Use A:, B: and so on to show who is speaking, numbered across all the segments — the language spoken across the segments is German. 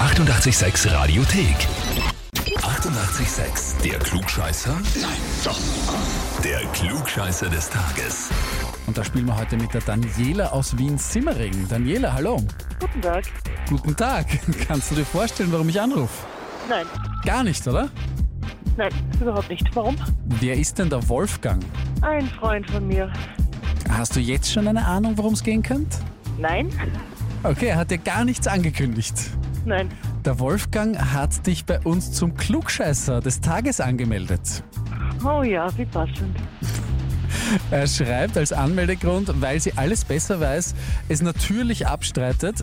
A: 886 Radiothek. 88,6. Der Klugscheißer? Nein, doch. Der Klugscheißer des Tages.
B: Und da spielen wir heute mit der Daniela aus Wien-Simmering. Daniela, hallo.
C: Guten Tag.
B: Guten Tag. Kannst du dir vorstellen, warum ich anrufe?
C: Nein,
B: Gar nicht, oder?
C: nein, überhaupt nicht. Warum?
B: Wer ist denn der Wolfgang?
C: Ein Freund von mir.
B: Hast du jetzt schon eine Ahnung, worum es gehen könnte?
C: Nein?
B: Okay, er hat dir gar nichts angekündigt.
C: Nein.
B: Der Wolfgang hat dich bei uns zum Klugscheißer des Tages angemeldet.
C: Oh ja, wie passend.
B: Er schreibt als Anmeldegrund, weil sie alles besser weiß, es natürlich abstreitet.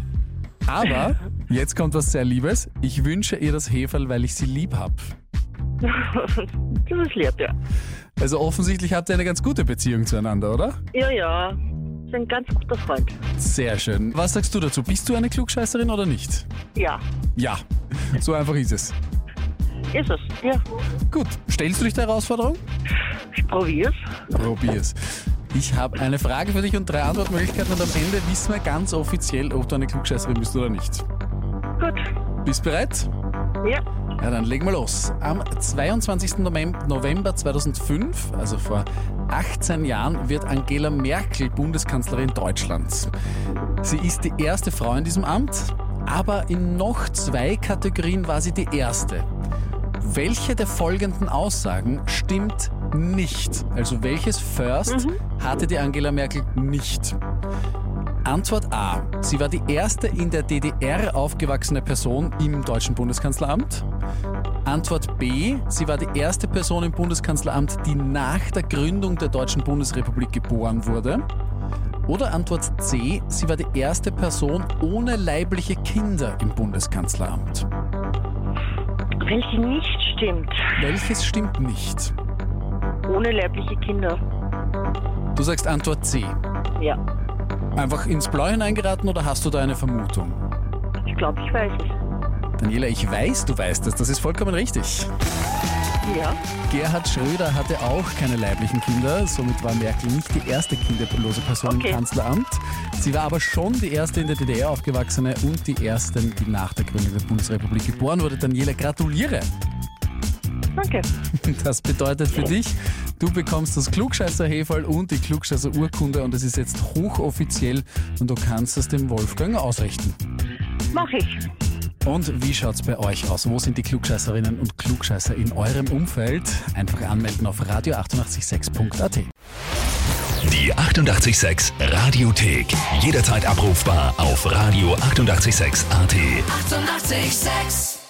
B: Aber, jetzt kommt was sehr Liebes, ich wünsche ihr das Heferl, weil ich sie lieb habe.
C: das ist lieb, ja.
B: Also offensichtlich habt ihr eine ganz gute Beziehung zueinander, oder?
C: Ja, ja. Ist ein ganz guter Freund.
B: Sehr schön. Was sagst du dazu? Bist du eine Klugscheißerin oder nicht?
C: Ja,
B: Ja, so einfach ist es.
C: ist es. Ja.
B: Gut, stellst du dich der Herausforderung?
C: Ich probier's.
B: Probier's. Ich habe eine Frage für dich und drei Antwortmöglichkeiten und am Ende wissen wir ganz offiziell, ob du eine Klugscheißerin bist oder nicht.
C: Gut.
B: Bist bereit?
C: Ja.
B: Ja, dann legen wir los. Am 22. Novem- November 2005, also vor 18 Jahren, wird Angela Merkel Bundeskanzlerin Deutschlands. Sie ist die erste Frau in diesem Amt, aber in noch zwei Kategorien war sie die erste. Welche der folgenden Aussagen stimmt nicht? Also welches First hatte die Angela Merkel nicht? Antwort A. Sie war die erste in der DDR aufgewachsene Person im deutschen Bundeskanzleramt. Antwort B. Sie war die erste Person im Bundeskanzleramt, die nach der Gründung der Deutschen Bundesrepublik geboren wurde. Oder Antwort C. Sie war die erste Person ohne leibliche Kinder im Bundeskanzleramt.
C: Welche nicht stimmt.
B: Welches stimmt nicht?
C: Ohne leibliche Kinder.
B: Du sagst Antwort C.
C: Ja.
B: Einfach ins Blau hineingeraten oder hast du da eine Vermutung?
C: Ich glaube, ich weiß es.
B: Daniela, ich weiß, du weißt es. Das ist vollkommen richtig.
C: Ja.
B: Gerhard Schröder hatte auch keine leiblichen Kinder, somit war Merkel nicht die erste kinderlose Person
C: Okay.
B: im Kanzleramt. Sie war aber schon die erste in der DDR aufgewachsene und die erste, die nach der Gründung der Bundesrepublik geboren wurde. Daniela, gratuliere!
C: Danke.
B: Das bedeutet für dich, du bekommst das klugscheißer hefall und die klugscheißer Urkunde und es ist jetzt hochoffiziell und du kannst es dem Wolfgang ausrichten.
C: Mach ich.
B: Und wie schaut's bei euch aus? Wo sind die Klugscheißerinnen und Klugscheißer in eurem Umfeld? Einfach anmelden auf radio886.at.
A: Die 88,6 Radiothek. Jederzeit abrufbar auf radio886.at. 88,6.
D: Eighty-eight, sex.